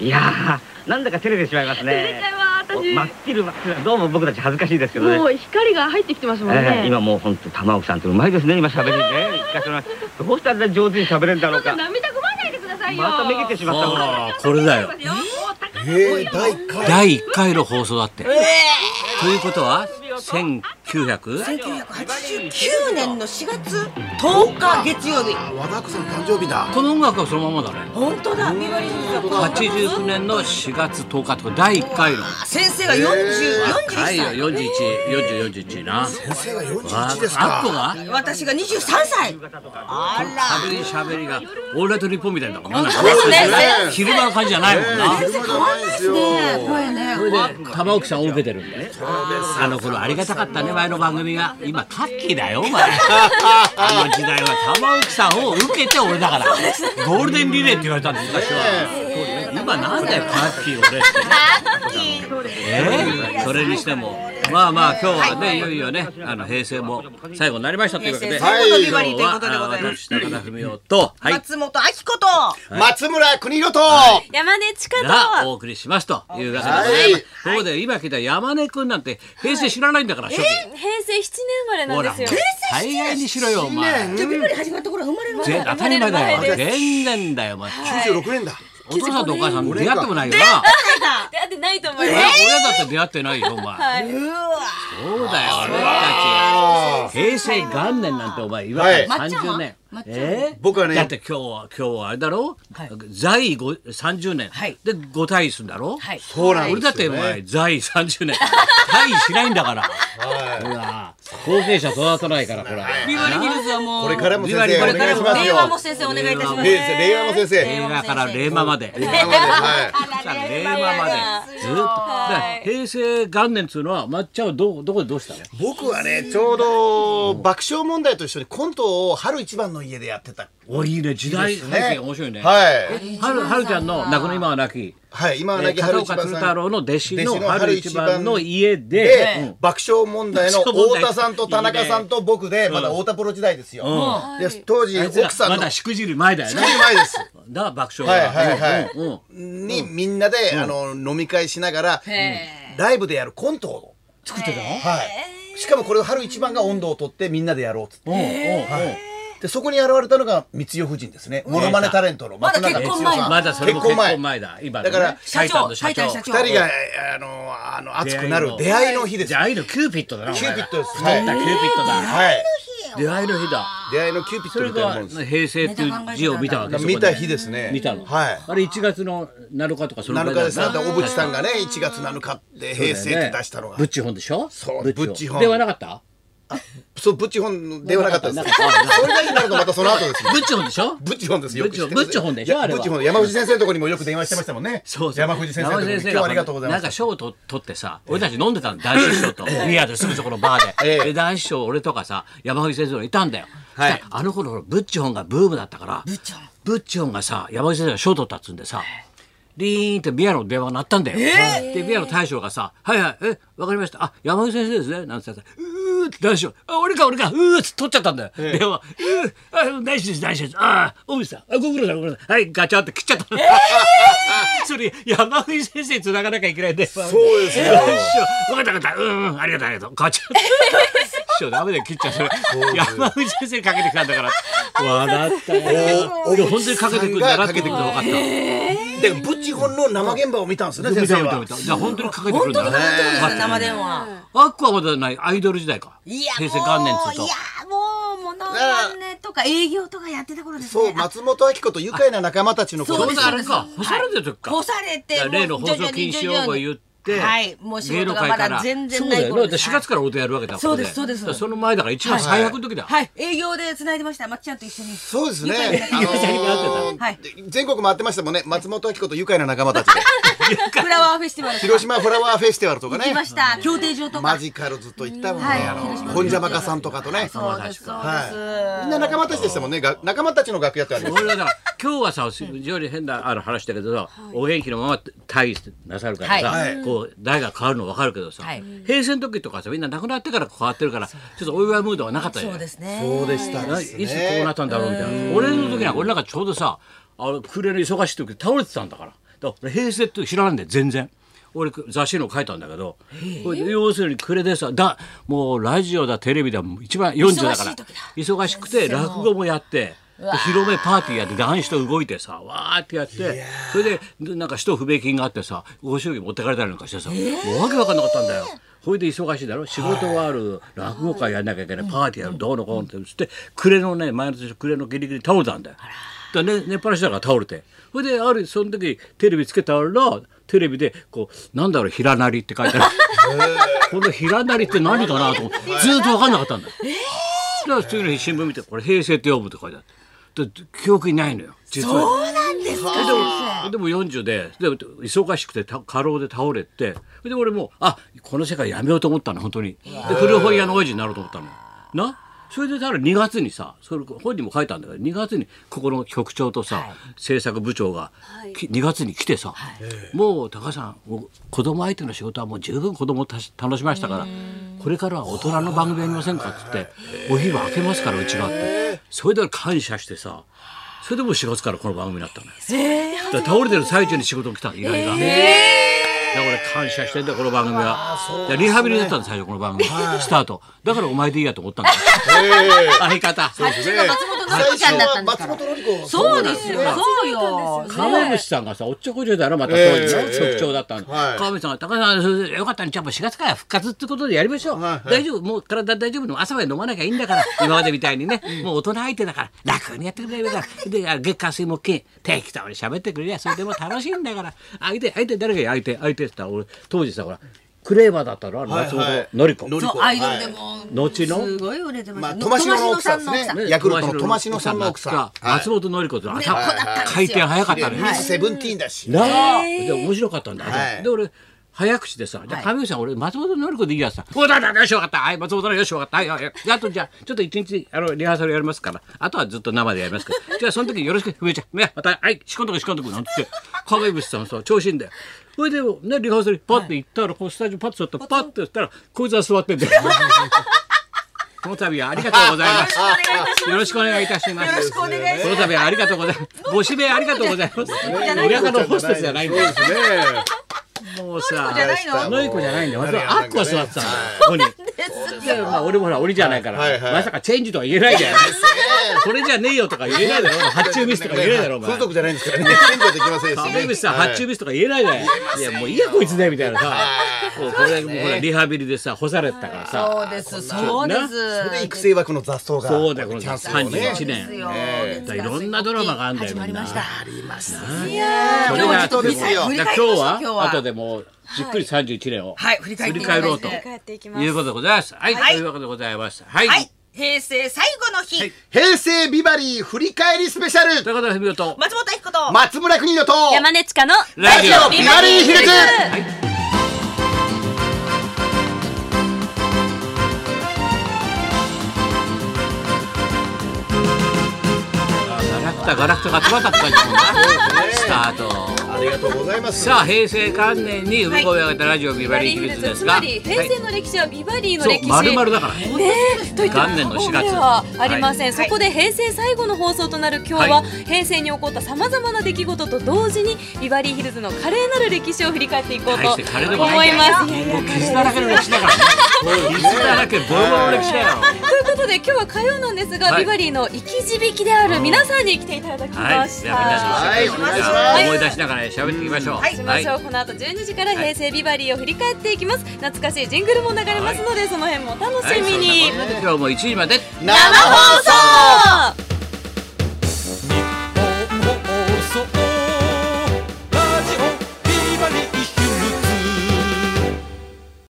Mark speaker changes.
Speaker 1: いやー、なんだか照れてしまいます
Speaker 2: 照れ
Speaker 1: ね
Speaker 2: ちゃ。うわ
Speaker 1: お
Speaker 2: 私
Speaker 1: 真っ昼真っ昼どうも僕たち恥ずかしいですけどね
Speaker 2: も。う光が入ってきてますもん
Speaker 1: え
Speaker 2: ね、
Speaker 1: え今もう本当玉置さんってうまいですね今喋りね一箇所などうしたら上手に喋れるんだろう
Speaker 2: ちょっと
Speaker 1: か
Speaker 2: 涙ぐまないでくださいよ
Speaker 1: まためげてしまったもの
Speaker 3: ああこれだよ
Speaker 2: もう高い
Speaker 4: えー、第1回
Speaker 3: 第1回の放送だって。ということは、1900?
Speaker 5: 1989年の4月10日月曜日
Speaker 4: 和田アキさん誕生日だ
Speaker 3: この音楽はそのままだね。
Speaker 5: 本当だビバリーヒルズはこの
Speaker 3: 89年の4月10日とか第1回の。
Speaker 5: 先生が4041
Speaker 3: は
Speaker 5: 歳、
Speaker 3: いよ、41、40、41な。
Speaker 4: 先生が
Speaker 3: あ
Speaker 4: 41です
Speaker 3: っこ
Speaker 4: か
Speaker 3: が
Speaker 5: 私が23歳あ
Speaker 3: 軽い喋りが、オールナイトニッポンみたいだもんな。
Speaker 5: らそうですね先
Speaker 3: 昼間の感じじゃないもんな。
Speaker 4: 昼間じゃないですよ
Speaker 5: 生声ね
Speaker 3: それで玉置さんを受けてるんだよ。あの頃ありがたかったね前の番組が今カッキーだよお 前あの時代は玉置さんを受けて俺だからゴールデンリレーって言われたんです昔は今なんだよカッキー俺ってえーそれにしてもまあまあ今日はねいよいよねあの平成も最後になりましたというわけで
Speaker 5: 平成最後のビ
Speaker 3: 今日
Speaker 5: バリーということでご
Speaker 3: は
Speaker 5: ざ
Speaker 3: あ
Speaker 5: い
Speaker 3: の
Speaker 5: ま
Speaker 3: 私
Speaker 5: す
Speaker 3: 高田文夫とはい
Speaker 5: 松本明子と
Speaker 4: 松村邦洋と
Speaker 6: 山根千
Speaker 3: が
Speaker 6: 佳
Speaker 3: お
Speaker 6: と
Speaker 3: 送りしますというわけでございます。ところで今来た山根くんなんて平成知らないんだから初期。
Speaker 6: 平成7年生まれな
Speaker 3: ほ
Speaker 6: んで
Speaker 3: ら
Speaker 6: すよ。
Speaker 3: 大概にしろよお前。
Speaker 5: じゃあビバリー始まった頃は生まれる
Speaker 3: ぜ
Speaker 5: 前
Speaker 3: 当たり前だよ
Speaker 6: 生まれる前で
Speaker 3: 全然だよお前。
Speaker 4: 96年だ
Speaker 3: お父さんとお母さん出会ってもないよな。
Speaker 6: 出会ってないと思い
Speaker 3: 俺
Speaker 6: ま
Speaker 3: 俺だって出会ってないよお前。
Speaker 6: す。
Speaker 5: うわ
Speaker 3: そうだよ俺たち。平成元年なんてお前今から
Speaker 5: はい
Speaker 3: 30年。えー
Speaker 4: 僕はね
Speaker 3: だって今日は今日はあれだろ
Speaker 5: い
Speaker 3: 在位ご30年
Speaker 5: はい
Speaker 3: でご退位するんだろ
Speaker 5: はい
Speaker 4: そうなん
Speaker 3: 俺
Speaker 4: です
Speaker 3: だ
Speaker 4: よ、ね、
Speaker 3: ってお前在位30年 退位しないんだから
Speaker 4: はい
Speaker 3: ほら後継者育たないからほら
Speaker 5: ビバリーヒルズはもう
Speaker 4: これからも先生
Speaker 3: こ
Speaker 4: お
Speaker 3: れか
Speaker 4: 願
Speaker 3: ら
Speaker 4: い
Speaker 3: も
Speaker 4: します
Speaker 5: 令
Speaker 4: よ
Speaker 5: 和も先生お願いいたします
Speaker 4: ね令和も先生
Speaker 3: 令
Speaker 4: 令
Speaker 3: 和から令和まで令
Speaker 4: 和ま ではい
Speaker 3: 和から令和までずっとだから平成元年っつうのは抹茶はどうどこでどうしたの
Speaker 4: 僕はねちょうど爆笑問題と一緒にコントを春一番の家でやってた
Speaker 3: おいいね時代背景面白いねは
Speaker 4: はい
Speaker 3: るはるちゃんの亡くの今は亡き
Speaker 4: はい今はなき
Speaker 3: 片
Speaker 4: 春一
Speaker 3: 岡
Speaker 4: 番
Speaker 3: 鶴
Speaker 4: さ
Speaker 3: 太
Speaker 4: ん
Speaker 3: 郎の弟子の
Speaker 4: 弟子の
Speaker 3: 春
Speaker 4: 春
Speaker 3: 一
Speaker 4: 一
Speaker 3: 番
Speaker 4: 番
Speaker 3: の家で
Speaker 4: で、爆笑問題の
Speaker 3: 爆笑問題
Speaker 4: 太田さんと田中さんと僕で、まだ太田プロ時代ですよ。で当時、
Speaker 3: あいつら
Speaker 4: 奥さんの、
Speaker 3: まだしくじる前だよね
Speaker 4: 前です。
Speaker 3: だから爆笑
Speaker 4: はい
Speaker 3: が
Speaker 4: はいはい
Speaker 3: うんうん
Speaker 4: に、みんなで、あの、飲み会しながら、ライブでやるコントを。
Speaker 3: 作ってたの
Speaker 4: はい。しかもこれを春一番が温度を取ってみんなでやろうっつって。
Speaker 3: うんうんうん
Speaker 4: で、そこに現れたのが三代夫人ですね。モノマネタレントの松永
Speaker 5: まだ
Speaker 4: 光代
Speaker 5: 結婚
Speaker 4: さん。
Speaker 3: まだそれも結
Speaker 4: 結
Speaker 3: 婚
Speaker 4: 婚
Speaker 3: 前
Speaker 4: 前
Speaker 3: だ。今のね
Speaker 4: だから
Speaker 3: タイタンの社
Speaker 5: タイタ
Speaker 3: 長
Speaker 5: ン社。長
Speaker 4: 二人が、えーあの、あの、熱くなる出会いの日です
Speaker 3: じゃ。あ愛のキューピッドだな。
Speaker 4: キューピッドです
Speaker 3: お前ら太ったキューピッドだ。
Speaker 4: はい。
Speaker 3: 出会いの日だ。
Speaker 4: 出会いのキューピッ
Speaker 3: そ
Speaker 4: ド
Speaker 3: れ
Speaker 4: みたいなもん
Speaker 3: が
Speaker 4: ですよ。
Speaker 3: 平成っていう字を見たわけそこで
Speaker 4: 見た日ですね。
Speaker 3: 見たの。
Speaker 4: はい。
Speaker 3: あれ1月の7日とかその
Speaker 4: 7
Speaker 3: ぐ
Speaker 4: 日
Speaker 3: ら
Speaker 4: で
Speaker 3: い
Speaker 4: すね。だ
Speaker 3: だ
Speaker 4: から小渕さんがね、1月7日って平成って出したのが。
Speaker 3: ブッチ本でしょ
Speaker 4: そうブッチホン
Speaker 3: ではなかった
Speaker 4: そう、ブッチ本ではなかったです。
Speaker 3: な
Speaker 4: そ
Speaker 3: かったな
Speaker 4: れだけになるとまたその後ですね。
Speaker 3: ブッチ本でしょ
Speaker 4: ブッチ本ですよ。
Speaker 3: ブッチホン
Speaker 4: よく
Speaker 3: ブ
Speaker 4: 知ってます
Speaker 3: ッチホンでしょ
Speaker 4: いや
Speaker 3: あれは
Speaker 4: ブッチ本山藤先生のところにもよく電話してましたもんね。
Speaker 3: そうそう
Speaker 4: 山藤先生のところに
Speaker 3: 山
Speaker 4: 今日
Speaker 3: が
Speaker 4: はありがとうござい
Speaker 3: な
Speaker 4: ま
Speaker 3: んか
Speaker 4: す。
Speaker 3: 賞をと取ってさ俺たち飲んでたの男子師匠と宮ですぐそこのバー
Speaker 4: え
Speaker 3: で
Speaker 4: え
Speaker 3: で男子師匠俺とかさ山口先生がいたんだよ
Speaker 4: はい
Speaker 3: そしたらあの頃のブッチホンがブームだったからブッチホンがさ山口先生が賞取ったっつうんでさリーンってビアの電話が鳴ったんだよ、でビアの大将がさ「はいはいえわかりましたあ山口先生ですね」なんて言ったら「うー」って大将「あ俺か俺かうー」って取っちゃったんだよ、電話「うーあ大将です大将ですああ大口さんあご苦労さんご苦労さんはいガチャって切っちゃったの、 それ山口先生に繋がなきゃいけないんで
Speaker 4: そうですよ。
Speaker 3: 分かった分かったうんうんありがとうありがとうこっ ち師匠ダメだよ切っちゃうそれ山口先生にかけてきたんだから笑ったよ
Speaker 4: お
Speaker 3: いや本当にかけてくるんだなってことが分かった
Speaker 4: で、ブッチ本の生現場を見たんですね、先
Speaker 3: 見
Speaker 4: 生
Speaker 3: た見た
Speaker 4: は
Speaker 3: 見。たじゃあ本当にかけてくるんだね
Speaker 5: 生電話
Speaker 3: アッコはまだないアイドル時代か
Speaker 5: いや
Speaker 3: 平成元年っつう
Speaker 5: も
Speaker 3: と
Speaker 5: ういやもうモノマネとか営業とかやってた頃ですね
Speaker 4: そう、松本明子と愉快な仲間たちのこ
Speaker 3: ちょ
Speaker 4: と
Speaker 3: う
Speaker 4: で
Speaker 3: ど
Speaker 4: す。
Speaker 3: あれか干されてる時か
Speaker 5: 干されて
Speaker 3: だから例の放送禁止用語言って
Speaker 5: はいもう仕事がまだ全然な
Speaker 3: そ
Speaker 5: い
Speaker 3: うだよ
Speaker 5: 頃
Speaker 3: だって
Speaker 5: です
Speaker 3: 4月からお手やるわけだもん
Speaker 5: そうですそうです
Speaker 3: だからその前だから一番最悪の時だ
Speaker 5: はい営業で繋いでましたまっちゃんと一緒に
Speaker 4: そうです
Speaker 5: 愉快
Speaker 4: ね。
Speaker 5: な
Speaker 4: あ
Speaker 5: 仲間たち
Speaker 4: のー
Speaker 5: はい
Speaker 4: 全国回ってましたもんね。松本明子と愉快な仲 間たちで。
Speaker 5: フラワーフェスティバルとか
Speaker 4: 広島フラワーフェスティバルとかね。
Speaker 5: 行きました競艇場とか
Speaker 4: マジカルずっと行ったもんね、あの本邪魔家さんとかとね
Speaker 5: そうですそうです、
Speaker 4: はい、みんな仲間たちでしたもんねが仲間たちの楽屋ってあります
Speaker 3: 俺はだから今日はさ非常に変なあの話だけどさ、お元気のまま退位なさるからさ、
Speaker 4: はい
Speaker 3: こう代が変わるの分かるけどさ、
Speaker 5: はい
Speaker 3: 平成の時とかさみんな亡くなってから変わってるからちょっとお祝いムードはなかったよ
Speaker 5: そう
Speaker 3: ね
Speaker 5: ですね
Speaker 4: そうでした
Speaker 3: な
Speaker 4: で
Speaker 3: いつ
Speaker 4: す
Speaker 3: こうな
Speaker 4: ね
Speaker 3: ったんだろうみたいな俺の時なんか俺なんかちょうどさあの暮れの忙しい時倒れてたんだからだから平成って知らないんだよ全然俺雑誌の書いたんだけどこれ要するに暮れでさだもうラジオだテレビだもう一番40だから
Speaker 6: 忙しい時だ
Speaker 3: 忙しくて落語もやってで広めパーティーやって男子と動いてさわーってやってそれでなんか使途不明金があってさご祝儀持ってかれたりなんかしてさ、もうわけわかんなかったんだよ。ほいで忙しいだろ仕事がある落語会やんなきゃいけないパーティーやるどうのこうのってつって暮れのね前の年暮れのギリギリ倒れたんだよ。だからね寝っぱなしだから倒れてそれであるその時テレビつけたらテレビでこうなんだろう平なりって書い てあるこの平なりって何かなと思ってずーっと分かんなかったんだよ。だから次の日新聞見てこれ平成って読むって書いてあってで記憶にないのよ実は。でも40でで忙しくてた過労で倒れてで俺もうあこの世界やめようと思ったの本当にで古本屋の親父になろうと思ったのなそれでだから2月にさそれ本にも書いたんだけど2月にここの局長とさ、制作部長が、き2月に来てさ、もう高橋さんもう子供相手の仕事はもう十分子供たし楽しましたからこれからは大人の番組やりませんかっつってお昼明けますからうちがあってそれで感謝してさそれでもう4月からこの番組になったのよ。だから倒れてる最中に仕事来た依頼が。だから俺感謝してんだよこの番組は、だからリハビリだったんです最初この番組スタートだからお前でいいやと思ったんだよ相方
Speaker 4: ね最初は松本のり子
Speaker 5: そうですよ。そうよ。
Speaker 3: 川口さんがさおっちょこちょいだろまた当時の
Speaker 4: ええ
Speaker 3: 局長だったの、
Speaker 4: はい
Speaker 3: 川口さんが「高橋さんそれでよかったねじゃあもう4月から復活ってことでやりましょう、
Speaker 4: はいはい
Speaker 3: 大丈夫もう体大丈夫でも朝まで飲まなきゃいいんだから今までみたいにねもう大人相手だから楽にやってくれるからであ月火水木金適当に喋ってくれりゃそれでも楽しいんだから相手相手誰がいい相手相手って言ったら俺当時さほらクレーバーだったろあの松本のり子、
Speaker 4: のり子
Speaker 5: アイドルでも
Speaker 3: 後の
Speaker 5: すごい売れてま
Speaker 4: まあ
Speaker 5: した。
Speaker 4: トマシノの奥さんです
Speaker 5: トマ
Speaker 4: ね
Speaker 5: シノさんの奥さん
Speaker 4: ヤクルトのトマシノさんの奥さん
Speaker 3: が
Speaker 4: はい
Speaker 3: 松本のり子と朝
Speaker 5: はいはい
Speaker 3: 回転早かった
Speaker 4: で
Speaker 3: ね、
Speaker 4: ミスセブンティーンだし
Speaker 3: なあ、で面白かったんだ、
Speaker 4: はい
Speaker 3: で俺早口でさ、じゃあ上口さん、俺、松本のり子でいいやつさ、おだだだよし、わかった、はい、松本のり子よし、わかった、はい、はい、はいであとじゃあ、ちょっと一日、あの、リハーサルやりますから、あとはずっと生でやりますから、じ ゃあ、その時よろしく、ふみちゃん、ね、また、はい、仕込んどく、仕込んどく、なんつって、上口さんさ、調子いいんだよ。それで、ね、リハーサル、パッて行ったら、こう、スタジオパッと座ったら、パッてしたら、こいつは座ってんだ よ。この度はありがとうございます。よろしくお願いいたします。
Speaker 5: よろしくお願いします
Speaker 3: この度はありがとうございます。ご指名ありがとうございます。親方のホステスじゃないんだよ。
Speaker 4: そうですね
Speaker 3: もうさ、
Speaker 5: じゃないの
Speaker 3: のりこじゃないんだよ。私
Speaker 4: 誰
Speaker 3: は
Speaker 4: が
Speaker 3: アッコは座ってたんだよ。ここに。で、まあ、俺もほら、俺じゃないから、
Speaker 4: はいはい
Speaker 3: まさかチェンジとは言えないじゃん。これじゃねえよとか言えないだろ。発注ミスとか言えないだろ、お前
Speaker 4: 風。俗じゃないんですからね選挙できませんし
Speaker 3: 亀渕さん、
Speaker 4: はい
Speaker 3: 発注ミスとか言えないじゃない。いや、もういいや、こいつね、みたいなさ。もうこれ、もうほら、リハビリでさ、干されてたからさ。
Speaker 5: そうです。そうで
Speaker 3: な
Speaker 4: そ
Speaker 5: す。
Speaker 4: れで育成枠の雑草が
Speaker 3: そうだよこの
Speaker 4: チャンスをね
Speaker 3: 31年
Speaker 5: よ
Speaker 4: ね
Speaker 3: いろんなドラマがあるんだよ、
Speaker 5: 始ま
Speaker 3: み
Speaker 5: り
Speaker 3: んな
Speaker 5: ま。した。
Speaker 3: い
Speaker 5: やー
Speaker 3: それが
Speaker 5: 今日はちょっと振り返
Speaker 3: だから
Speaker 5: 振り返りましょう
Speaker 3: 今日
Speaker 5: 今日
Speaker 3: は、
Speaker 5: は
Speaker 3: 後でもう、じっくり31年を。
Speaker 5: はい、振り返っていた
Speaker 3: 振
Speaker 5: だ
Speaker 3: り返
Speaker 5: いて
Speaker 3: ろうと。
Speaker 6: 帰っていきます
Speaker 3: いうことでございます。はい、
Speaker 5: はい
Speaker 3: というわけでございました。はい。
Speaker 5: はい、平成最後の日。
Speaker 4: 平成ビバリー振り返りスペシャ
Speaker 3: と
Speaker 4: ル
Speaker 3: いうことで、ふみおと。
Speaker 5: 松本彦と。
Speaker 4: 松村邦洋と
Speaker 6: 山根ちかの
Speaker 3: ラジオ
Speaker 4: ビバリーヒルズ
Speaker 3: ガラクタガラクタが集まったって感じだもんな。スタート。
Speaker 4: ありがとうございます
Speaker 3: さあ、平成元年に生み込み上げたラジオビ
Speaker 6: ビ
Speaker 3: バ
Speaker 6: バ
Speaker 3: リー
Speaker 6: リー
Speaker 3: ヒ
Speaker 6: ヒル
Speaker 3: ルズ
Speaker 6: ズ
Speaker 3: です
Speaker 6: つ
Speaker 3: が。
Speaker 6: まり平成の歴史はビバリーの
Speaker 3: そう
Speaker 6: 歴、史
Speaker 3: まるまるだから。
Speaker 6: ねえといった
Speaker 3: 元年の4月
Speaker 6: 方面はありません、
Speaker 5: い
Speaker 6: そこで平成最後の放送となる今日は、
Speaker 3: は
Speaker 6: 平成に起こったさまざまな出来事と同時にビバリーヒルズの華麗なる歴史を振り返っていこうと
Speaker 3: 大し
Speaker 6: 思
Speaker 3: て
Speaker 6: い
Speaker 3: 彼でもない
Speaker 6: ます。と
Speaker 3: もう傷だらけの歴史だからね。傷だらけ、ボロボロの歴史だよ。
Speaker 6: いうことで今日は火曜なんですが、
Speaker 3: はい
Speaker 6: ビバリーの生き字引である皆さんに来ていただき
Speaker 3: は
Speaker 6: ま
Speaker 3: い、
Speaker 6: し
Speaker 3: じ
Speaker 6: た。
Speaker 3: ゃあみんなで一緒にじゃあ思い出しながら喋っていきましょう。
Speaker 6: はい、しましょう、この後12時から平成ビバリーを振り返っていきます、懐かしいジングルも流れますので、その辺もお楽しみに、
Speaker 3: はいそんなこんなで今日も1時まで。
Speaker 4: 生放送